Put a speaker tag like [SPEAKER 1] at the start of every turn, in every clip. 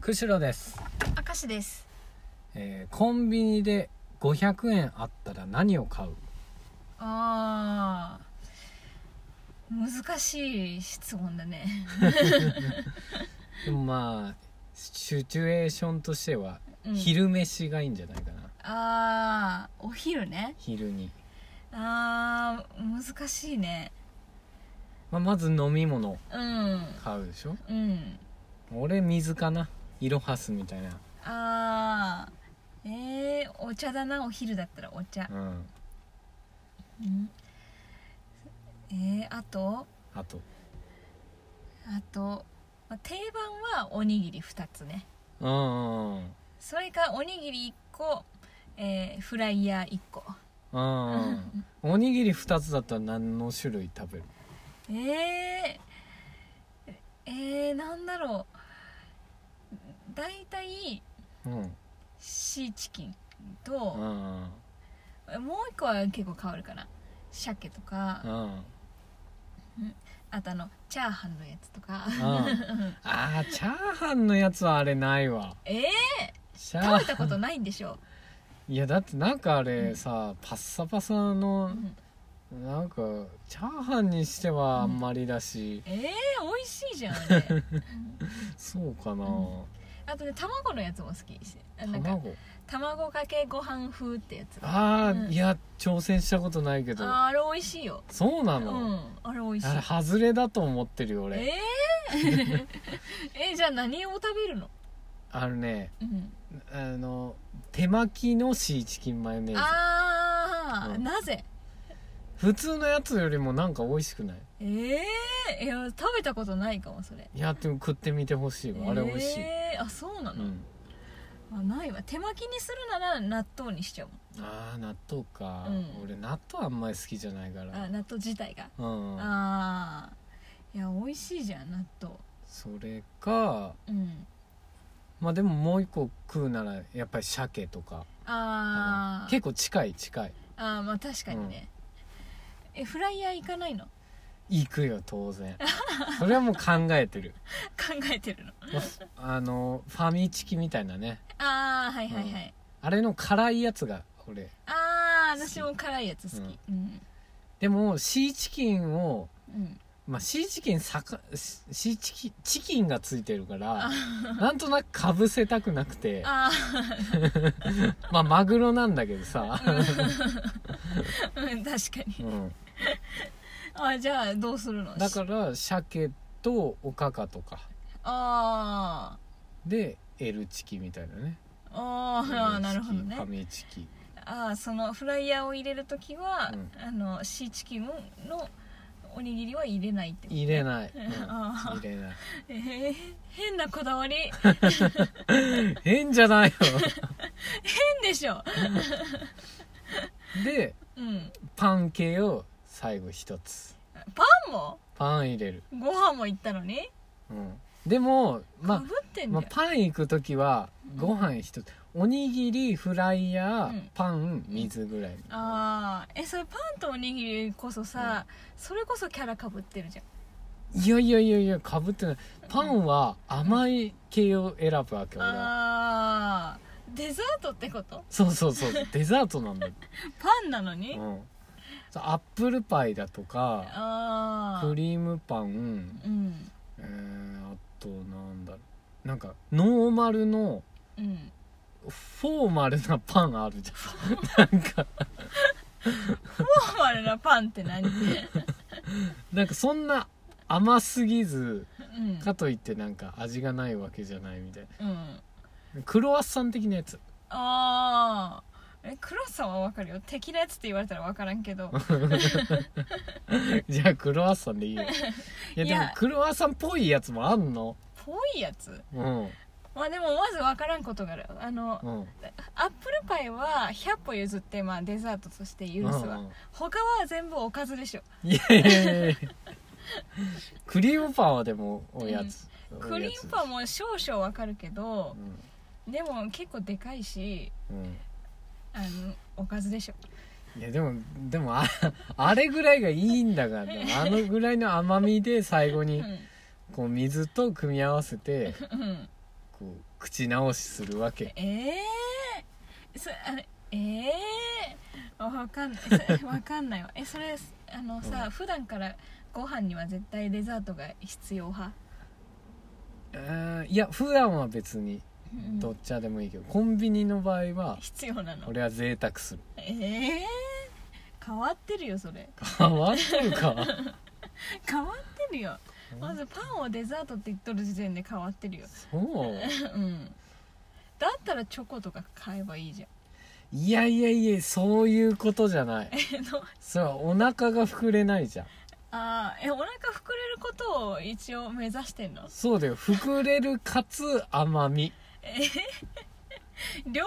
[SPEAKER 1] 釧路です、
[SPEAKER 2] 明石です
[SPEAKER 1] えーコンビニで500円あったら何を買う
[SPEAKER 2] あー難しい質問だね
[SPEAKER 1] でもまあシチュエーションとしては
[SPEAKER 2] うん
[SPEAKER 1] 昼飯がいいんじゃないかな、
[SPEAKER 2] あーお昼ね
[SPEAKER 1] 昼に、
[SPEAKER 2] あー難しいね
[SPEAKER 1] まあ、まず飲み物
[SPEAKER 2] うん
[SPEAKER 1] 買うでしょ
[SPEAKER 2] うん
[SPEAKER 1] 俺水かなイロハスみたいな
[SPEAKER 2] あーえー、お茶だなお昼だったらお茶
[SPEAKER 1] うん
[SPEAKER 2] うんえー、あと
[SPEAKER 1] あと
[SPEAKER 2] あと、まあ、定番はおにぎり2つね
[SPEAKER 1] うんうんうん
[SPEAKER 2] それかおにぎり1個、えー、フライヤー1個
[SPEAKER 1] うんうんおにぎり2つだったら何の種類食べる
[SPEAKER 2] えー、えー、なんだろう大体
[SPEAKER 1] うん
[SPEAKER 2] シーチキン
[SPEAKER 1] う
[SPEAKER 2] と、
[SPEAKER 1] ん
[SPEAKER 2] もう一個は結構変わるかな鮭とか、
[SPEAKER 1] うん
[SPEAKER 2] あとあのチャーハンのやつとか、
[SPEAKER 1] ああーチャーハンのやつはあれないわ
[SPEAKER 2] えー、
[SPEAKER 1] チャーハ
[SPEAKER 2] 食
[SPEAKER 1] ン
[SPEAKER 2] べたことないんでしょ
[SPEAKER 1] いやだってなんかあれ
[SPEAKER 2] うん
[SPEAKER 1] さ、パッサパサの
[SPEAKER 2] う、ん
[SPEAKER 1] なんかチャーハンにしてはあんまりだし、
[SPEAKER 2] えー、美味しいじゃんあ れ
[SPEAKER 1] そうかな、
[SPEAKER 2] うんあとね卵のやつも好きあなんか
[SPEAKER 1] 卵
[SPEAKER 2] 卵かけご飯風ってやつあ
[SPEAKER 1] ああ、
[SPEAKER 2] うん
[SPEAKER 1] いや挑戦したことないけど
[SPEAKER 2] ーあれ美味しいよ
[SPEAKER 1] そうな
[SPEAKER 2] う
[SPEAKER 1] の、
[SPEAKER 2] んあれ美味しい
[SPEAKER 1] あれ外れだと思ってるよ俺、
[SPEAKER 2] えー、え じゃあ何を食べるの、
[SPEAKER 1] あのね
[SPEAKER 2] うん
[SPEAKER 1] あの手巻きのシーチキンマヨネーズ
[SPEAKER 2] ああ、
[SPEAKER 1] うん
[SPEAKER 2] なぜ
[SPEAKER 1] 普通のやつよりもなんか美味しくない
[SPEAKER 2] ええいや食べたことないかもそれ
[SPEAKER 1] いやでも食ってみてほしいわあれ美味しい、
[SPEAKER 2] えーあそうな
[SPEAKER 1] う
[SPEAKER 2] の、
[SPEAKER 1] ん
[SPEAKER 2] あないわ手巻きにするなら納豆にしちゃうもん
[SPEAKER 1] ああ納豆か、
[SPEAKER 2] うん
[SPEAKER 1] 俺納豆あんまり好きじゃないから
[SPEAKER 2] あ納豆自体が、
[SPEAKER 1] うん
[SPEAKER 2] ああいや美味しいじゃん納豆
[SPEAKER 1] それか
[SPEAKER 2] うん
[SPEAKER 1] まあでももう一個食うならやっぱり鮭とか
[SPEAKER 2] あー
[SPEAKER 1] 結構近い近い
[SPEAKER 2] あーまあ確かにね、えフライヤー行かないの 考
[SPEAKER 1] 行くよ当 然それはもう考えてる
[SPEAKER 2] えてるの
[SPEAKER 1] あのファミチキみたいなね
[SPEAKER 2] ああはいはいはい、
[SPEAKER 1] あれの辛いやつが俺
[SPEAKER 2] ああ私も辛いやつ好きうん
[SPEAKER 1] でもシーチキンを
[SPEAKER 2] うん
[SPEAKER 1] まあ、シーチキンさかシシーチキンチキンがついてる からなんとなくかぶせたくなくて
[SPEAKER 2] あ
[SPEAKER 1] まあマグロなんだけどさ、
[SPEAKER 2] あうん 確かに
[SPEAKER 1] うん、
[SPEAKER 2] あじゃあどうするの
[SPEAKER 1] だから鮭とおかかとか
[SPEAKER 2] あ
[SPEAKER 1] で L チキみたいなね
[SPEAKER 2] ーあーあーなるほどね
[SPEAKER 1] ファミチキ
[SPEAKER 2] ああそのフライヤーを入れる時は、
[SPEAKER 1] うん
[SPEAKER 2] あのシーチキンのおにぎりは入れないってこと
[SPEAKER 1] 入れない、うん
[SPEAKER 2] あー
[SPEAKER 1] 入れない
[SPEAKER 2] えー変なこだわり
[SPEAKER 1] 変じゃないよ
[SPEAKER 2] 変でしょ
[SPEAKER 1] で
[SPEAKER 2] うん
[SPEAKER 1] パン系を最後一つ
[SPEAKER 2] パンも
[SPEAKER 1] パン入れる、
[SPEAKER 2] ご飯もいったのに
[SPEAKER 1] うん、でも
[SPEAKER 2] か
[SPEAKER 1] ま
[SPEAKER 2] ぶって
[SPEAKER 1] あ、
[SPEAKER 2] んじゃ
[SPEAKER 1] ま
[SPEAKER 2] ん、
[SPEAKER 1] あパン行く時はご飯一つおにぎりフライヤー、
[SPEAKER 2] うん
[SPEAKER 1] パン水ぐらい
[SPEAKER 2] ああえそれパンとおにぎりこそさ、それこそキャラかぶってるじゃん
[SPEAKER 1] いやいやいやいやかぶってないパンは甘い系を選ぶわけ俺は
[SPEAKER 2] ああデザートってこと
[SPEAKER 1] そうそう そうデザートなんだよ、
[SPEAKER 2] パンなの
[SPEAKER 1] う
[SPEAKER 2] に、
[SPEAKER 1] ん、そうアップルパイだとか
[SPEAKER 2] ああ
[SPEAKER 1] クリームパン、
[SPEAKER 2] うん
[SPEAKER 1] えー、あとなんだろうなんかノーマルの
[SPEAKER 2] うん
[SPEAKER 1] フォーマルなパンあるじゃんなんか
[SPEAKER 2] フォーマルなパンって何う
[SPEAKER 1] なんか そんな甘すぎず
[SPEAKER 2] ん
[SPEAKER 1] かといってなんか味がないわけじゃないみたい
[SPEAKER 2] うん
[SPEAKER 1] なクロワッサン的なやつ
[SPEAKER 2] ああえクロワッサンはわかるよ敵なやつって言われたらわからん けど
[SPEAKER 1] じゃあクロワッサンでいい よいや
[SPEAKER 2] い
[SPEAKER 1] でも
[SPEAKER 2] や
[SPEAKER 1] クロワッサンっぽいやつもあんの
[SPEAKER 2] ぽいやつ
[SPEAKER 1] うん
[SPEAKER 2] まあでもまずわからんことがあるあの
[SPEAKER 1] うん
[SPEAKER 2] アップルパイは100歩譲ってまあデザートとして許すわ、
[SPEAKER 1] うん
[SPEAKER 2] 他は全部おかずでしょ
[SPEAKER 1] うんいやいやいやいやクリームパンはでもおやつ、
[SPEAKER 2] クリーンパンも少々わかるけど
[SPEAKER 1] ン
[SPEAKER 2] でも結構でかいし
[SPEAKER 1] うん、うん
[SPEAKER 2] あのおかずでしょ
[SPEAKER 1] いやでもでもあ あれぐらいがいいんだからねあのぐらいの甘みで最後
[SPEAKER 2] う
[SPEAKER 1] に
[SPEAKER 2] ん
[SPEAKER 1] こう水と組み合わせて
[SPEAKER 2] うん
[SPEAKER 1] こう口直しするわけ
[SPEAKER 2] ええー、そあれええー、わかんない それわかんないわえそれあのさ、
[SPEAKER 1] うん
[SPEAKER 2] 普段からご飯には絶対デザートが必要派、
[SPEAKER 1] あーいや普段は別に
[SPEAKER 2] うん
[SPEAKER 1] どっちでもいいけど、コンビニの場合は
[SPEAKER 2] 必要なの
[SPEAKER 1] 俺は贅沢する
[SPEAKER 2] ええー、変わってるよそれ
[SPEAKER 1] 変わってるか
[SPEAKER 2] 変わってるよまずパンをデザートって言っとる時点で変わってるよ
[SPEAKER 1] そう
[SPEAKER 2] うんだったらチョコとか買えばいいじゃん
[SPEAKER 1] いやいやいやそういうことじゃない
[SPEAKER 2] えの
[SPEAKER 1] それはお腹が膨れないじゃん
[SPEAKER 2] あーえお腹膨れることを一応目指してんの
[SPEAKER 1] そうだよ膨れるかつ甘み
[SPEAKER 2] 両方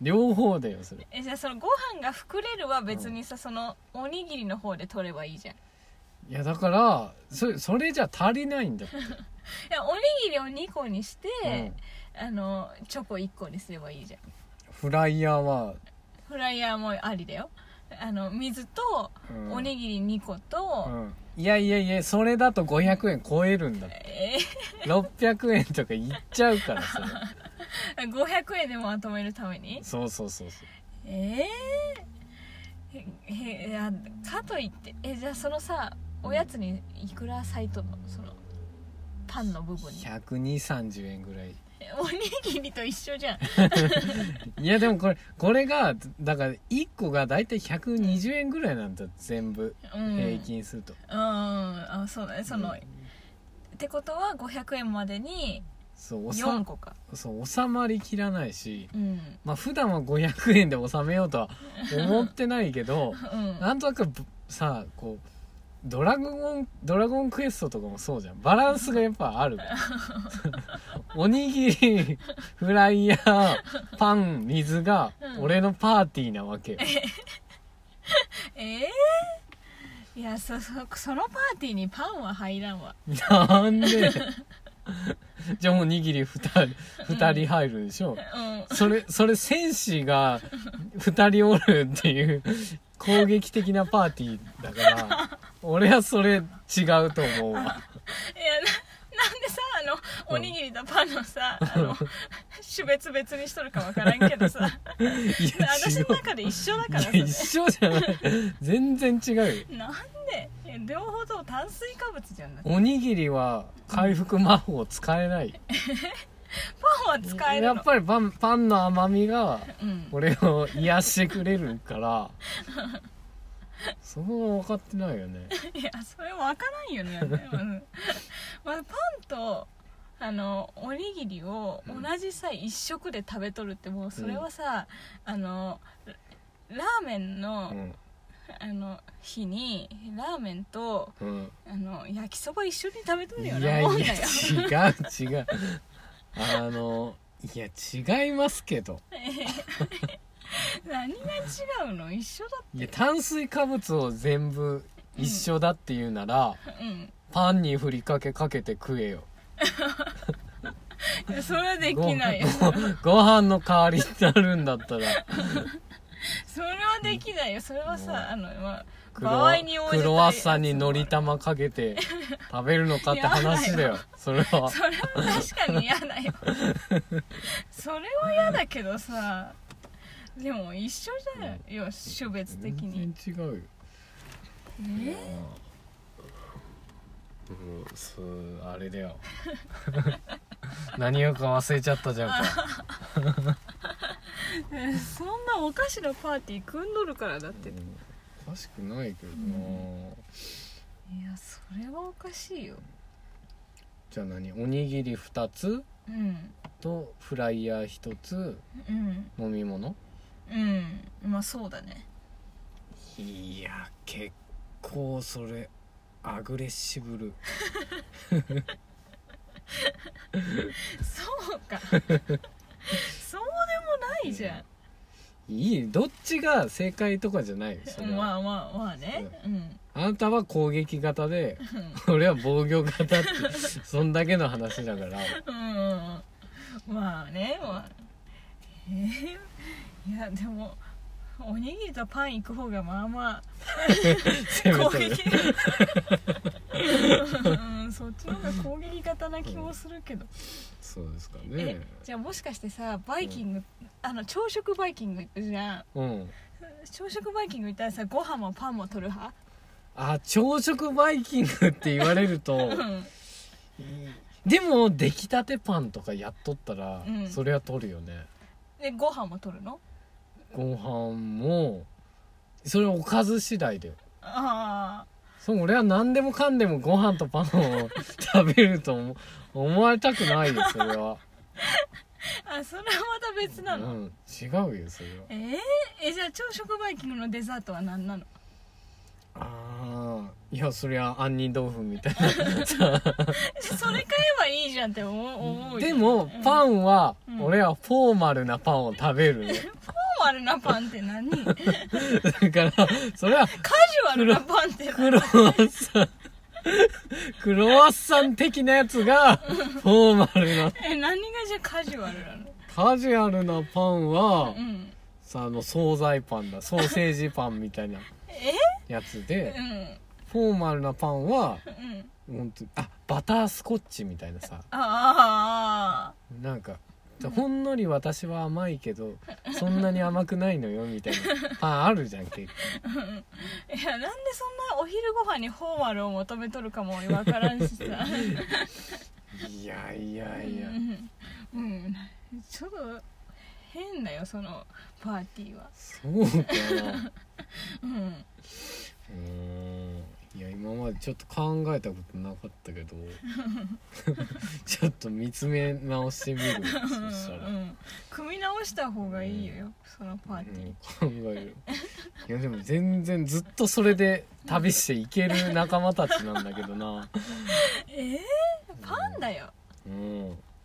[SPEAKER 1] 両方だよそれ
[SPEAKER 2] えじゃあそのご飯が膨れるは別にさ、そのおにぎりの方で取ればいいじゃんい
[SPEAKER 1] いやだからそれそれじゃ足りないんだって、
[SPEAKER 2] やおにぎりを2個にして、
[SPEAKER 1] うん、
[SPEAKER 2] あのチョコ1個にすればいいじゃん
[SPEAKER 1] フライヤーは、
[SPEAKER 2] フライヤーもありだよあの水と
[SPEAKER 1] うん、
[SPEAKER 2] おにぎり2個と、
[SPEAKER 1] うんいやいやいやそれだと500円超えるんだって
[SPEAKER 2] え
[SPEAKER 1] 600円とかいっちゃうからそれ
[SPEAKER 2] ー、500円でもまとめるために
[SPEAKER 1] そうそうそうそう
[SPEAKER 2] えー、ええいやかといってえじゃあそのさおやつにいくら割いとんのそのパンの部分に
[SPEAKER 1] 12030円ぐらい
[SPEAKER 2] えおにぎりと一緒じゃん
[SPEAKER 1] いやでもこれこれがだから1個が大体120円ぐらいなんだ全部
[SPEAKER 2] うん
[SPEAKER 1] 平均すると、
[SPEAKER 2] うんあそうだねその、
[SPEAKER 1] うん
[SPEAKER 2] ってことは500円までに
[SPEAKER 1] そうおさ
[SPEAKER 2] 4個か
[SPEAKER 1] そう収まりきらないし
[SPEAKER 2] うん
[SPEAKER 1] まあ普段は500円で収めようとは思ってないけど
[SPEAKER 2] うん
[SPEAKER 1] なんとなくぶさこうドラゴンドラゴンクエストとかもそうじゃんバランスがやっぱ あるおにぎりフライヤーパン水が
[SPEAKER 2] うん
[SPEAKER 1] 俺のパーティーなわけよ
[SPEAKER 2] ええー、いやそそそのパーティーにパンは入らんわ
[SPEAKER 1] なん でじゃあおにぎり2人二人入るでしょ、
[SPEAKER 2] うん
[SPEAKER 1] それ、それ戦士が二人おるっていう攻撃的なパーティーだから、俺はそれ違うと思うわ。
[SPEAKER 2] いやななんでさあのおにぎりとパンのさ、あ の種別別にしとるかわからんけどさ
[SPEAKER 1] いや、
[SPEAKER 2] 私
[SPEAKER 1] 違
[SPEAKER 2] の
[SPEAKER 1] う。
[SPEAKER 2] 中で一緒だから
[SPEAKER 1] い
[SPEAKER 2] さ
[SPEAKER 1] や、一緒じゃない。全然違うよ。
[SPEAKER 2] なんでえ両方とも炭水化物じゃんなパ
[SPEAKER 1] おにぎりは回復魔法使えない。
[SPEAKER 2] ンは使える
[SPEAKER 1] や
[SPEAKER 2] の
[SPEAKER 1] っぱりパン、パンの甘みが
[SPEAKER 2] うん
[SPEAKER 1] 俺を癒してくれるから、そこが分かってないよね。
[SPEAKER 2] いやそれわからん よね、うんまあ、パンとあのおにぎりを同じさ一食で食べとるってもうそれはさ、あのララーメンの,、
[SPEAKER 1] うん。
[SPEAKER 2] あの日にラーメンと
[SPEAKER 1] うん。
[SPEAKER 2] あの焼きそば一緒に食べとる
[SPEAKER 1] い
[SPEAKER 2] よ
[SPEAKER 1] や
[SPEAKER 2] う
[SPEAKER 1] い
[SPEAKER 2] な
[SPEAKER 1] や
[SPEAKER 2] もんだよ
[SPEAKER 1] 違う違うあのいや違いますけど
[SPEAKER 2] 何が違うの一緒だ
[SPEAKER 1] いや炭水化物を全部一緒だっていうなら、
[SPEAKER 2] うん
[SPEAKER 1] パンにふりかけかけて食えよ
[SPEAKER 2] いやそれはできないよ
[SPEAKER 1] ごご飯の代わりになるんだったら
[SPEAKER 2] それはできないよそれは
[SPEAKER 1] もう
[SPEAKER 2] さあの、まあ、
[SPEAKER 1] クロ
[SPEAKER 2] 場合に応じて
[SPEAKER 1] クロワッサンにのり玉かけて食べるのかって話だよそれは
[SPEAKER 2] それは確かに嫌だよそれは嫌だけどさでも一緒じゃんよ種別的に
[SPEAKER 1] 全然違うよ
[SPEAKER 2] ね
[SPEAKER 1] もうそうあれだよ何をか忘れちゃったじゃんか
[SPEAKER 2] えそんなお菓子のパーティー組んどるからだっ
[SPEAKER 1] う
[SPEAKER 2] てい
[SPEAKER 1] んおかしくないけどな、
[SPEAKER 2] やそれはおかしいよ
[SPEAKER 1] じゃあ何おにぎり2つ
[SPEAKER 2] うん
[SPEAKER 1] とフライヤー1つ
[SPEAKER 2] うん
[SPEAKER 1] 飲み物
[SPEAKER 2] うんまあそうだね
[SPEAKER 1] いや結構それアグレッシブル
[SPEAKER 2] そうかそうでもないじゃん
[SPEAKER 1] いいどっちが正解とかじゃないよそれは、
[SPEAKER 2] まあまあまあねうん
[SPEAKER 1] あなたは攻撃型で俺は防御型ってそんだけの話だから
[SPEAKER 2] うんまあねまあえー、いやでもおにぎりとパン行く方がまあまあ
[SPEAKER 1] 攻
[SPEAKER 2] 攻撃うんそっちの方が攻撃型な気もするけど、
[SPEAKER 1] そうですか
[SPEAKER 2] え
[SPEAKER 1] ね
[SPEAKER 2] じゃあもしかしてさバイキング、あの朝食バイキング行くじゃん
[SPEAKER 1] うん
[SPEAKER 2] 朝食バイキング行ったらさご飯もパンも取る派
[SPEAKER 1] あ朝食バイキングって言われると
[SPEAKER 2] うん
[SPEAKER 1] でも出来たてパンとかやっとったら、
[SPEAKER 2] うん
[SPEAKER 1] それは取るよね
[SPEAKER 2] でご飯も取るの
[SPEAKER 1] ご飯もそれおかず次第だよ
[SPEAKER 2] あ
[SPEAKER 1] そう俺は何でもかんでもご飯とパンを食べると思思われたくないよそれは、
[SPEAKER 2] ーあそれはまた別
[SPEAKER 1] う
[SPEAKER 2] なの、
[SPEAKER 1] ん、違うよそれは
[SPEAKER 2] えー、えじゃあ朝食バイキングのデザートは何なの
[SPEAKER 1] ああいやそりゃ杏仁豆腐みたい
[SPEAKER 2] それ買えばいいじゃんって思う思
[SPEAKER 1] な
[SPEAKER 2] うよ
[SPEAKER 1] でもパンは、
[SPEAKER 2] うん
[SPEAKER 1] 俺はフォーマルなパンを食べるね
[SPEAKER 2] フォーマルなパンって何カジュ
[SPEAKER 1] だからそれは
[SPEAKER 2] アルなパンって何
[SPEAKER 1] クロワッサンクロワッサン的なやつがフォーマルな
[SPEAKER 2] え何がじゃあカジュアルなの
[SPEAKER 1] カジュアルなパンは
[SPEAKER 2] うん
[SPEAKER 1] さあの惣菜パンだソーセージパンみたいな
[SPEAKER 2] え
[SPEAKER 1] やつ
[SPEAKER 2] う
[SPEAKER 1] で
[SPEAKER 2] ん
[SPEAKER 1] フォーマルなパンは
[SPEAKER 2] うん
[SPEAKER 1] 本当にあバタースコッチみたいなさ
[SPEAKER 2] あ
[SPEAKER 1] なんかほんのり私は甘いけどそんなに甘くないのよみたいなパンあるじゃん結
[SPEAKER 2] あいやなんでそんなお昼ご飯にフォーマルを求めとるかもわからんしさ
[SPEAKER 1] 構いやいや
[SPEAKER 2] うん
[SPEAKER 1] いや
[SPEAKER 2] うんちょっと変だよそのパーティーは
[SPEAKER 1] そうか な
[SPEAKER 2] うん
[SPEAKER 1] うーんいや今までちょっと考えたことなかったけど ちょっと見つめ直してみるそしたら、う
[SPEAKER 2] う
[SPEAKER 1] ん
[SPEAKER 2] ん組み直した方がいいよそのパーティー
[SPEAKER 1] 考えるいやでも全然ずっとそれで旅していける仲間たちなんだけどな
[SPEAKER 2] えー、パンだよ
[SPEAKER 1] うん